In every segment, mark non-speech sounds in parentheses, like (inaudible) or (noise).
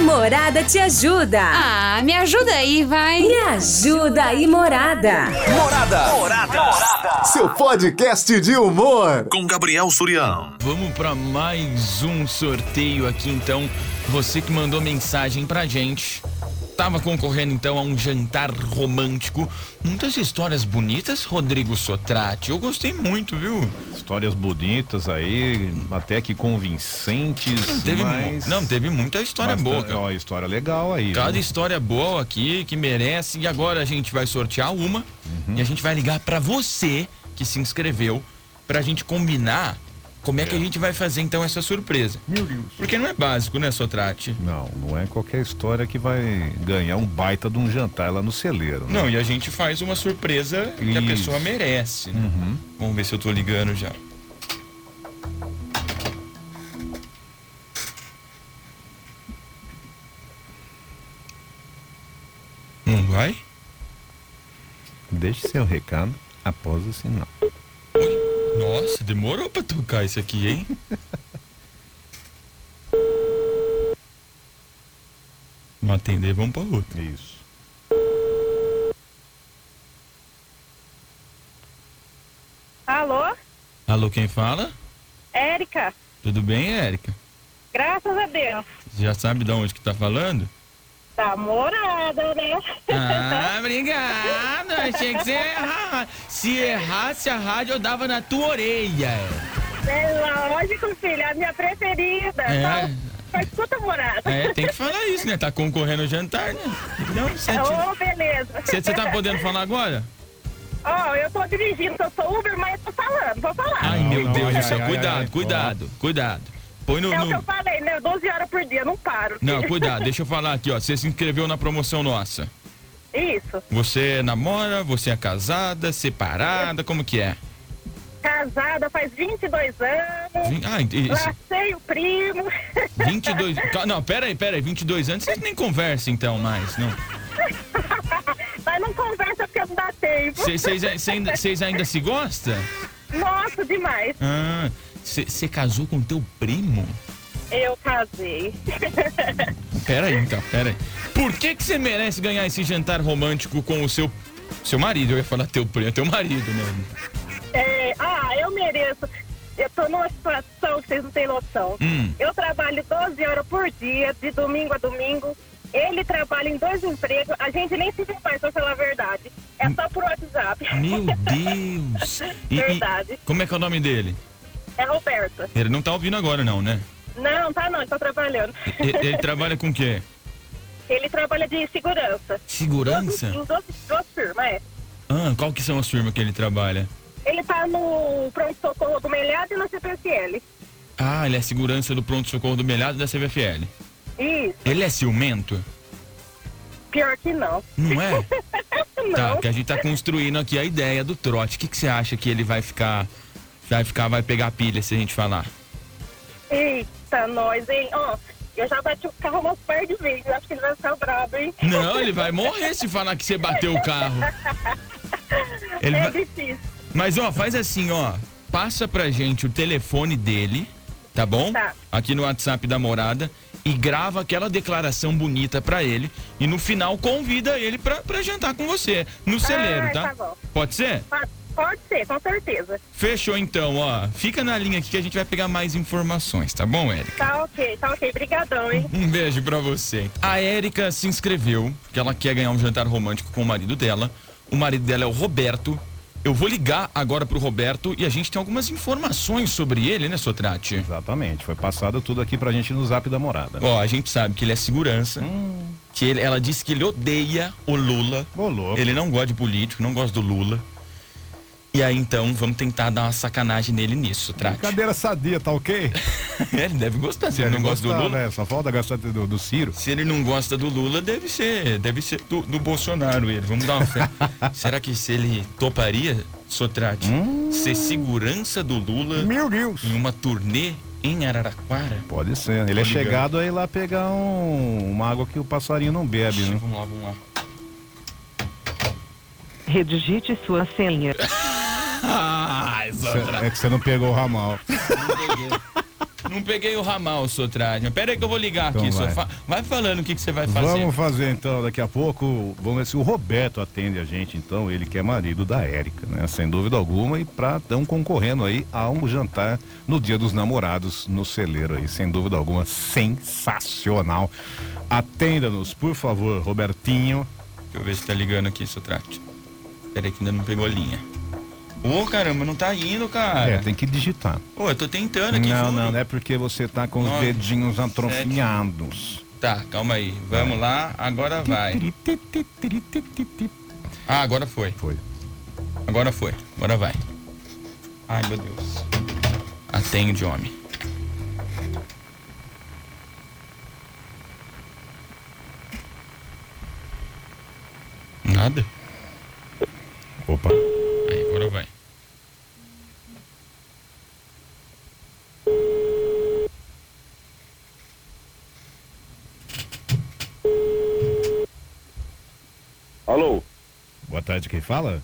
Morada te ajuda. Ah, me ajuda aí, vai. Me ajuda aí, Morada. Morada. Seu podcast de humor. Com Gabriel Surião. Vamos para mais um sorteio aqui então. Você que mandou mensagem pra gente. Tava concorrendo então a um jantar romântico. Muitas histórias bonitas, Rodrigo Sotrate. Eu gostei muito, viu? Histórias bonitas aí, até que convincentes. Não teve, mu- mas... não, teve muita história bastante- boa. cara. Ó, história legal aí. Cada viu? história boa aqui que merece. E agora a gente vai sortear uma e a gente vai ligar pra você que se inscreveu pra gente combinar como é que a gente vai fazer então essa surpresa. Meu Deus. Porque não é básico, né, Sotrate? Não, não é qualquer história que vai ganhar um baita de um jantar lá no celeiro. Né? Não, e a gente faz uma surpresa que a Isso. pessoa merece, né? Vamos ver se eu tô ligando já. Não vai? Deixe seu recado após o sinal. Nossa, demorou pra tocar isso aqui, hein? Não atender, (laughs) vamos pra outra. Isso. Alô, Alô, quem fala? Érica, Tudo bem, Érica? graças a Deus. Já sabe de onde que tá falando? Tá morada, né? Ah, obrigado. Achei que você errava. Se errasse a rádio, eu dava na tua orelha. É lógico, filha, a minha preferida. É. Só, só escuta morada. É, tem que falar isso, né? Tá concorrendo ao jantar, né? Não, você Ô, beleza. você tá podendo falar agora? Ó, eu tô dirigindo, eu sou Uber, mas eu tô falando, vou falar. Ai, Não, meu não, Deus ai, do céu. ai, Cuidado, ai, cuidado, cuidado. Põe no. é o que no- eu falei, né? 12 horas por dia, não paro. Não, cuidado, deixa eu falar aqui, ó. Você se inscreveu na promoção nossa. Isso. Você namora, você é casada, separada, como que é? Casada faz 22 anos. Vin- Ah, e- e- Lacei o primo. 22. Ca- Não, pera aí, pera aí, 22 anos, vocês nem conversam então mais, não. (laughs) Mas não conversa porque não dá tempo. Vocês ainda, cês ainda se gostam? Nossa, demais. Ah, você casou com teu primo? Eu casei. Pera aí, então, pera aí. Por que que você merece ganhar esse jantar romântico com o seu seu marido? Eu ia falar teu primo, é teu marido né? mesmo. É, ah, eu mereço. Eu tô numa situação que vocês não têm noção. Hum. Eu trabalho 12 horas por dia, de domingo a domingo. Ele trabalha em dois empregos. A gente nem se vê mais, pra falar a verdade. É só por WhatsApp. Meu Deus. E- e- Verdade. como é que é o nome dele? (laughs) É Roberta. Ele não tá ouvindo agora não, né? Não, tá não, ele tá trabalhando. E- Ele, trabalha com o quê? (laughs) Ele trabalha de segurança. Segurança? Em duas, duas firmas, é. Ah, qual que são as firmas que ele trabalha? Ele tá no pronto-socorro do Melhado e na CPSL. Ah, ele é segurança do pronto-socorro do Melhado da CBFL. Isso, Ele é ciumento? pior que não. (laughs) Não é? não. Tá, que a gente tá construindo aqui a ideia do trote. O que, que você acha que ele vai ficar. Vai ficar, vai pegar pilha se a gente falar? Eita, nós, hein? Ó, eu já bati o carro umas par de vezes. Acho que ele vai ficar bravo, hein? Não, ele vai morrer se falar que você bateu o carro. Ele (laughs) é vai- difícil. Mas ó, faz assim, ó. Passa pra gente o telefone dele, tá bom? Tá. Aqui no WhatsApp da morada. E grava aquela declaração bonita pra ele. E no final convida ele pra, pra jantar com você. No celeiro, tá? tá bom. Pode ser? Pode- Pode ser, com certeza. Fechou então, ó. Fica na linha aqui que a gente vai pegar mais informações, tá bom, Eric? Tá ok, tá ok. Brigadão, hein? Um beijo pra você. A Érica se inscreveu, que ela quer ganhar um jantar romântico com o marido dela. O marido dela é o Roberto. Eu vou ligar agora pro Roberto e a gente tem algumas informações sobre ele, né, Sotrate? Exatamente. Foi passado tudo aqui pra gente no zap da morada. Ó, a gente sabe que ele é segurança. Que ele- ela disse que ele odeia o Lula. Hum. Ô, louco. Ele não gosta de político, não gosta do Lula. E aí então vamos tentar dar uma sacanagem nele nisso, (laughs) Sotrate. É, Cadeira sadia, tá ok? ele deve gostar, se ele não Deve gosta do gostar, Lula. Né? Só falta gastar do, do Ciro. Se ele não gosta do Lula, deve ser, deve ser do, do Bolsonaro ele. Vamos dar uma (laughs) fé. Será que se ele toparia, Sotrate, ser segurança do Lula Hum. Meu Deus. em uma turnê em Araraquara? Pode ser. Ele é Tô ligado. chegado aí lá pegar um, uma água que o passarinho não bebe, né? Vamos lá, vamos lá. Redigite sua (laughs) senha. Ah, Cê- É que você não pegou o ramal. Não peguei o ramal, Sotrad. Mas Pera aí que eu vou ligar Então aqui, vai. Sofá. Vai falando o que, que você vai fazer. Vamos fazer então, daqui a pouco, vamos ver se o Roberto atende a gente, então, ele que é marido da Érica, né? Sem dúvida alguma, e pra estão concorrendo aí a um jantar no dia dos namorados no celeiro aí, sem dúvida alguma, sensacional. Atenda-nos, por favor, Robertinho. Deixa eu ver se tá ligando aqui, Sotrad. Pera aí que ainda não pegou a linha. Ô, caramba, não tá indo, É, cara. tem que digitar. Ô, eu tô tentando aqui, não, juro. não, não é porque você tá com os Nove, dedinhos atrofiados. Tá, calma aí. Vamos lá, agora vai. Ah, agora foi. Foi. Agora foi. Agora vai. Ai, meu Deus. Atende, homem. Nada? Opa. Aí, agora vai. Alô, Boa tarde, quem fala?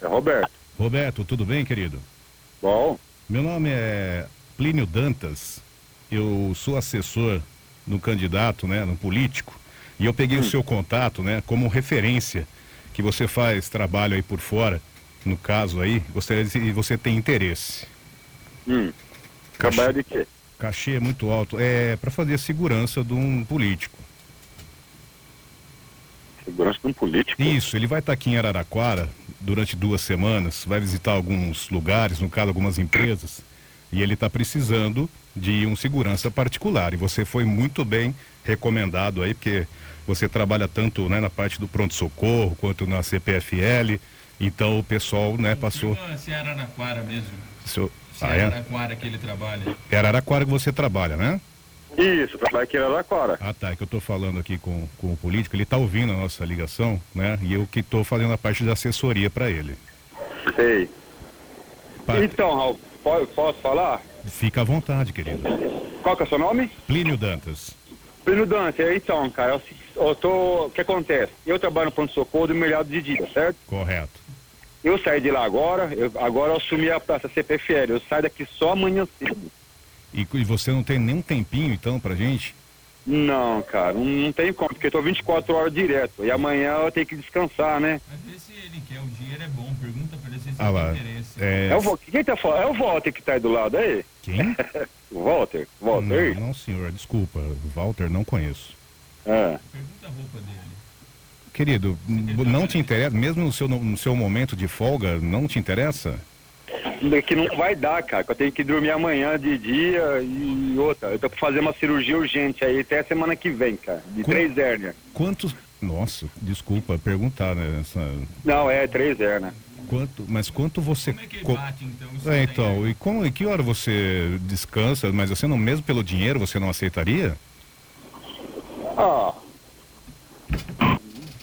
é Roberto. Roberto, tudo bem, querido? Bom, Meu nome é Plínio Dantas. Eu sou assessor no candidato, né, no político. E eu peguei o seu contato, né, como referência que você faz trabalho aí por fora. No caso aí, gostaria de se você tem interesse. trabalho de quê? Cachê é muito alto, é para fazer segurança de um político. Segurança de um político. Isso, ele vai estar aqui em Araraquara durante duas semanas, vai visitar alguns lugares, no caso algumas empresas, e ele está precisando de um segurança particular. E você foi muito bem recomendado aí, porque você trabalha tanto né, na parte do pronto-socorro quanto na CPFL. Então o pessoal né, passou. Se é Araraquara mesmo. seu- Se Ah, é é? Araraquara que ele trabalha. é Araraquara que você trabalha, né? Isso, trabalho aqui em Araraquara. Ah, tá. É que eu tô falando aqui com, com o político, ele tá ouvindo a nossa ligação, né? E eu que tô fazendo a parte da assessoria para ele. Sei. Pa- Então, Raul, po- posso falar? Fica à vontade, querido. Qual que é o seu nome? Plínio Dantas. Plínio Dante, é, então, cara, eu, eu tô. O que acontece? Eu trabalho no pronto-socorro do melhor de dia, certo? Correto. Eu saí de lá agora, eu- agora eu assumi a praça CPFL. Eu saio daqui só amanhã cedo. E, cu- e você não tem nenhum tempinho, então, pra gente? Não, cara, não, não tem como, porque eu tô 24 horas direto. E amanhã eu tenho que descansar, né? Mas vê se ele quer, o dinheiro é bom. Pergunta pra ele se ele Ah lá. É, É o, Vo- quem tá, fal- é o Walter que tá aí do lado aí? Quem? O Walter? Walter? Não, não, senhor, desculpa. Walter, não conheço. É. Pergunta a roupa dele. Querido, n- não te interessa, mesmo no seu, no seu momento de folga, não te interessa? que não vai dar, cara. que Eu tenho que dormir amanhã de dia e outra. Eu tô pra fazer uma cirurgia urgente aí até semana que vem, cara. De Com- três hérnias. Quantos. Nossa, desculpa perguntar, né? essa- Não, é, três hérnias. quanto, mas quanto você. Como é que ele co- bate, então? se É, tem- então, e como, e que hora você descansa? Mas você não, mesmo pelo dinheiro, você não aceitaria? Ah.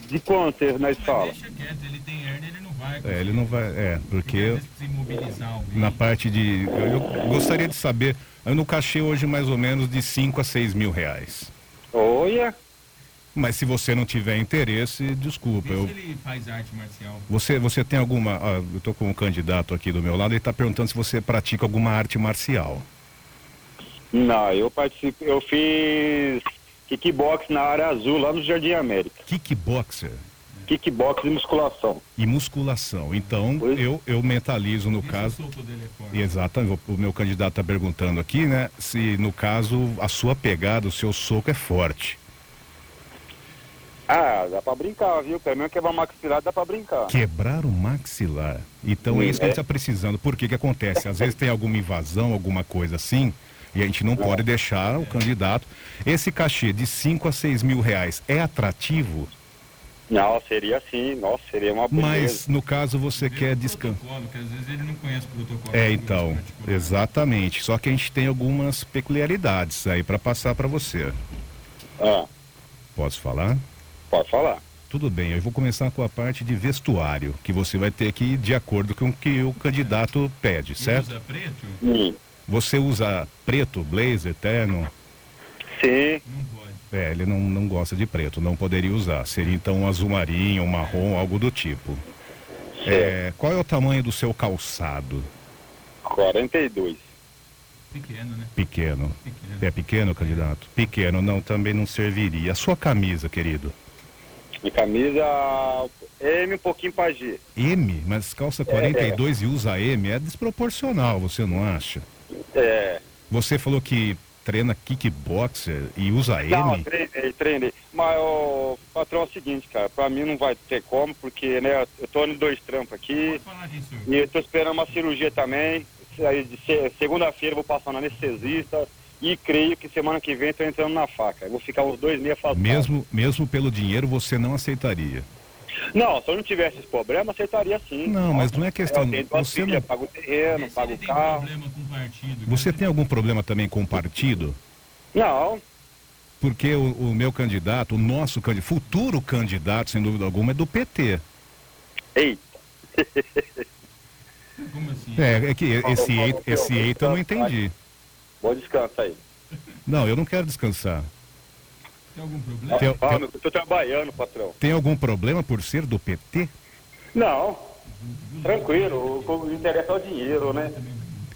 De quanto vocês nós Mas fala? deixa quieto, ele tem hernia, ele não vai. É, ele não vai. É, porque. Se mobilizar alguém. na parte de. Eu, eu gostaria de saber. Eu no cachê hoje mais ou menos de 5 a 6 mil reais. Olha. Mas se você não tiver interesse, desculpa. Vê Eu, se ele faz arte marcial. você, você tem alguma. ah, eu tô com um candidato aqui do meu lado, ele está perguntando se você pratica alguma arte marcial. Não, eu participo. Eu fiz kickbox na área azul lá no Jardim América. Kickboxer Kickbox e musculação. e musculação. Então, Oi? eu, eu mentalizo no Deixa o caso. soco dele é fora. Exatamente, o meu candidato está perguntando aqui, né? Se no caso a sua pegada, o seu soco é forte. Ah, dá pra brincar, viu? Pelo menos quebrar maxilar dá pra brincar. Quebrar o maxilar. Então é isso que a gente está precisando. Por que que acontece? Às vezes tem alguma invasão, alguma coisa assim, e a gente não pode deixar o candidato. Esse cachê de 5 a 6 mil reais é atrativo, Não, seria assim. Nossa, seria uma beleza. mas no caso você Vê quer o descansar. protocolo, que às vezes ele não conhece o protocolo. É, de então, segurança particular. exatamente. Só que a gente tem algumas peculiaridades aí para passar para você. Ah, Posso falar? pode falar. Tudo bem, eu vou começar com a parte de vestuário, que você vai ter que ir de acordo com o que o candidato pede, Ele certo? usa preto? Hum. Você usa preto, blazer, terno? Sim, Não pode. É, ele não, não gosta de preto, não poderia usar. Seria então um azul marinho, um marrom, algo do tipo. É, qual é o tamanho do seu calçado? 42. Pequeno, né? Pequeno. É pequeno, candidato? Pequeno, não, também não serviria. A sua camisa, querido? De camisa M um pouquinho pra G. M, mas É, calça 42 e usa M é desproporcional, você não acha? É. Você falou que treina kickboxer e usa Não, M? treinei, treinei. Mas, ô, patrão, é o seguinte, cara, pra mim não vai ter como, porque, né, eu tô em dois trampos aqui. E eu tô esperando uma cirurgia também. Aí de se- Segunda-feira eu vou passar no anestesista. E creio que semana que vem eu tô entrando na faca. Eu vou ficar uns dois meses fazendo. Mesmo, mesmo pelo dinheiro você não aceitaria. Não, se eu não tivesse esse problema, aceitaria sim. Não, mas não é questão- Eu tenho duas você filhas, não- pago o terreno, pago o carro. Você tem algum problema também com o partido? Não, Porque o, o meu candidato, o nosso candi- futuro candidato, sem dúvida alguma, é do PT. ei. né? assim? É, é que esse, eita- esse eita eu não entendi. Bom descanso aí. Não, eu não quero descansar. Tem algum problema? Tem- um- Ah, tem- meu, eu tô trabalhando, patrão. Tem algum problema por ser do PT? Não. Tranquilo, o que interessa é o dinheiro, né?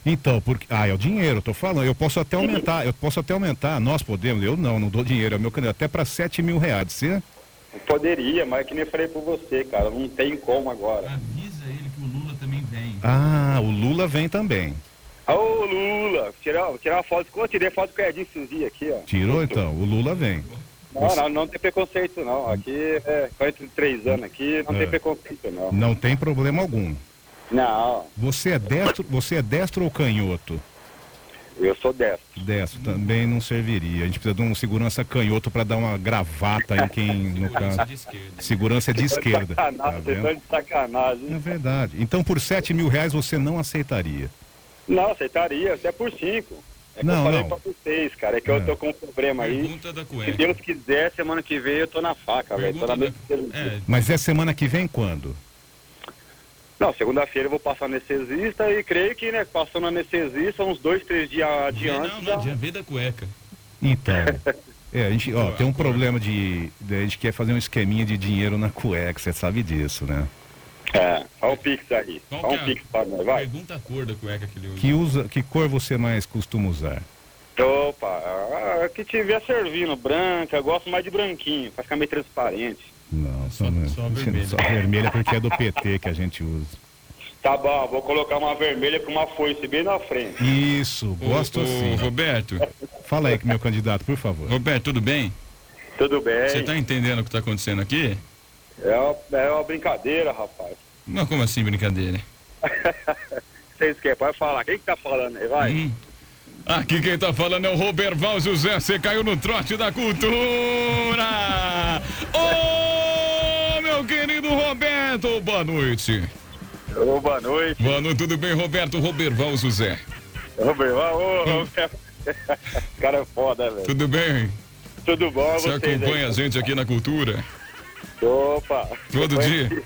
Então, porque. Ah, é o dinheiro, eu tô falando. Eu posso até aumentar, eu posso até aumentar, nós podemos, eu não, não dou dinheiro, é meu candidato, até para 7 mil reais. Você Poderia, mas é que nem eu falei pra você, cara, não tem como agora. Avisa ele que o Lula também vem. Ah, o Lula vem também. Ô, Lula, tirar, tirar uma foto, eu tirei foto com o Edinho Suzy aqui, ó. Tirou então, o Lula vem. Não, não, não tem preconceito, não. Aqui, é, 43 anos aqui, não É. tem preconceito, não. Não tem problema algum. Não, Você é destro, você é destro ou canhoto? eu sou dessa. Destro também não serviria. A gente precisa de um segurança canhoto para dar uma gravata em quem no caso. Segurança é de esquerda. Tá Sacanagem, vocês estão vendo? de sacanagem. É verdade. Então por 7 mil reais você não aceitaria. Não, aceitaria, até por 5. É que Não, eu falei não. pra vocês, cara, é que É. eu tô com um problema aí. Tá Pergunta da Se cueca. Deus quiser, semana que vem eu tô na faca, velho. Pergunta Tô na da... mesma cirurgia. É, Mas é semana que vem quando? Não, segunda-feira eu vou passar no anestesista e creio que, né, passando no anestesista, uns dois, três dias adiante. não, já- não, já vê da cueca. Então. É, a gente, ó, tem um problema de, de- A gente quer fazer um esqueminha de dinheiro na cueca, você sabe disso, né? É, olha o Pix aí. Qual Olha que um é? Pix pra nós, vai. Pergunta a cor da cueca que ele usa. Que, usa, que cor você mais costuma usar? é? Opa, ah, que tiver servindo, branca, eu gosto mais de branquinho, pra ficar meio transparente. Não, Só- não é. só vermelha. Só vermelha porque é do PT que a gente usa. Tá bom, vou colocar uma vermelha com uma foice bem na frente. Isso, gosto Ô, ô, assim. Roberto, Fala aí, meu candidato, por favor. Roberto, tudo bem? Tudo bem. Você tá entendendo o que tá acontecendo aqui? É, uma, é uma brincadeira, rapaz. Não, como assim, brincadeira? Vocês querem, pode falar. Quem que tá falando aí, vai? Hum. Aqui quem tá falando é o Roberval José, você caiu no trote da cultura! Ô, meu querido Roberto, boa noite! Ô, boa noite, Boa noite, tudo bem, Roberto? Roberval José, Roberto. Ô, Roberto. (laughs) cara é foda, velho. tudo bem? Tudo bom, Você vocês acompanha a gente aqui na cultura? aí? Opa. Todo dia?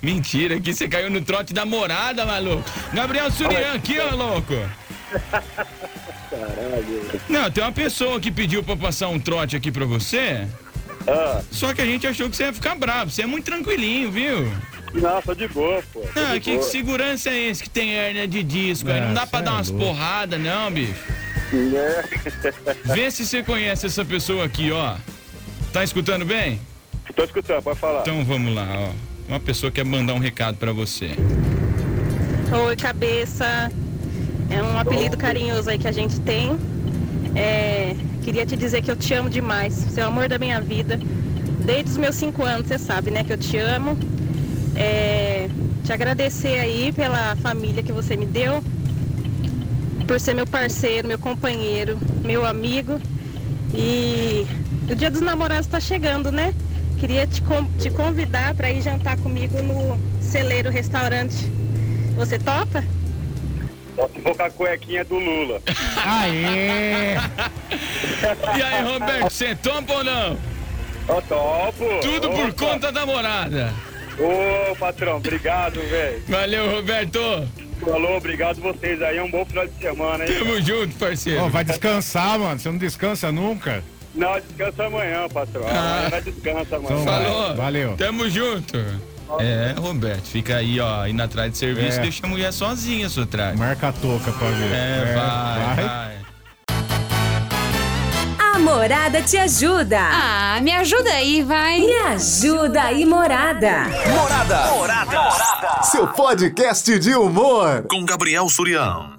Mentira, que você caiu no trote da morada, maluco! Gabriel Surian aqui, ó, louco! Caralho. Não, tem uma pessoa que pediu pra passar um trote aqui pra você, Ah, só que a gente achou que você ia ficar bravo, você é muito tranquilinho, viu? não, tô de boa, pô. Tô Não, de Ah, que boa. segurança é esse que tem hérnia de disco? aí? Não Ah, dá pra cê dar é umas louco. porradas, não, bicho. Né? Vê se você conhece essa pessoa aqui, ó. Tá escutando bem? Tô escutando, pode falar. Então vamos lá, ó. Uma pessoa quer mandar um recado pra você. Então, Oi, cabeça. É um apelido carinhoso aí que a gente tem. É, queria te dizer que eu te amo demais. Você é o amor da minha vida. Desde os meus cinco anos, você sabe, né, que eu te amo. É, te agradecer aí pela família que você me deu, por ser meu parceiro, meu companheiro, meu amigo. E o Dia dos Namorados está chegando, né? Queria te, con- te convidar para ir jantar comigo no Celeiro Restaurante. Você topa? Então- Vou com a cuequinha do Lula. Aê! E aí, Roberto, você topa É ou não? Ó, topo. Tudo por Opa. conta da morada. Ô, patrão, obrigado, velho. Valeu, Roberto. Falou, obrigado vocês aí. Um bom final de semana, hein? Tamo junto, Ó, parceiro. vai descansar, mano. Você não descansa nunca. Ah. Não, descansa amanhã, patrão. Amanhã nós descansa, mano. Então vai. Falou. Valeu. Tamo junto. É, Roberto, fica aí, ó, indo atrás de serviço, É. deixa a mulher sozinha, Sotrate. Marca a touca pra ver. É, vai, vai. A Morada te ajuda. Ah, me ajuda aí, vai. Me ajuda aí, Morada. Seu podcast de humor. Com Gabriel Surião.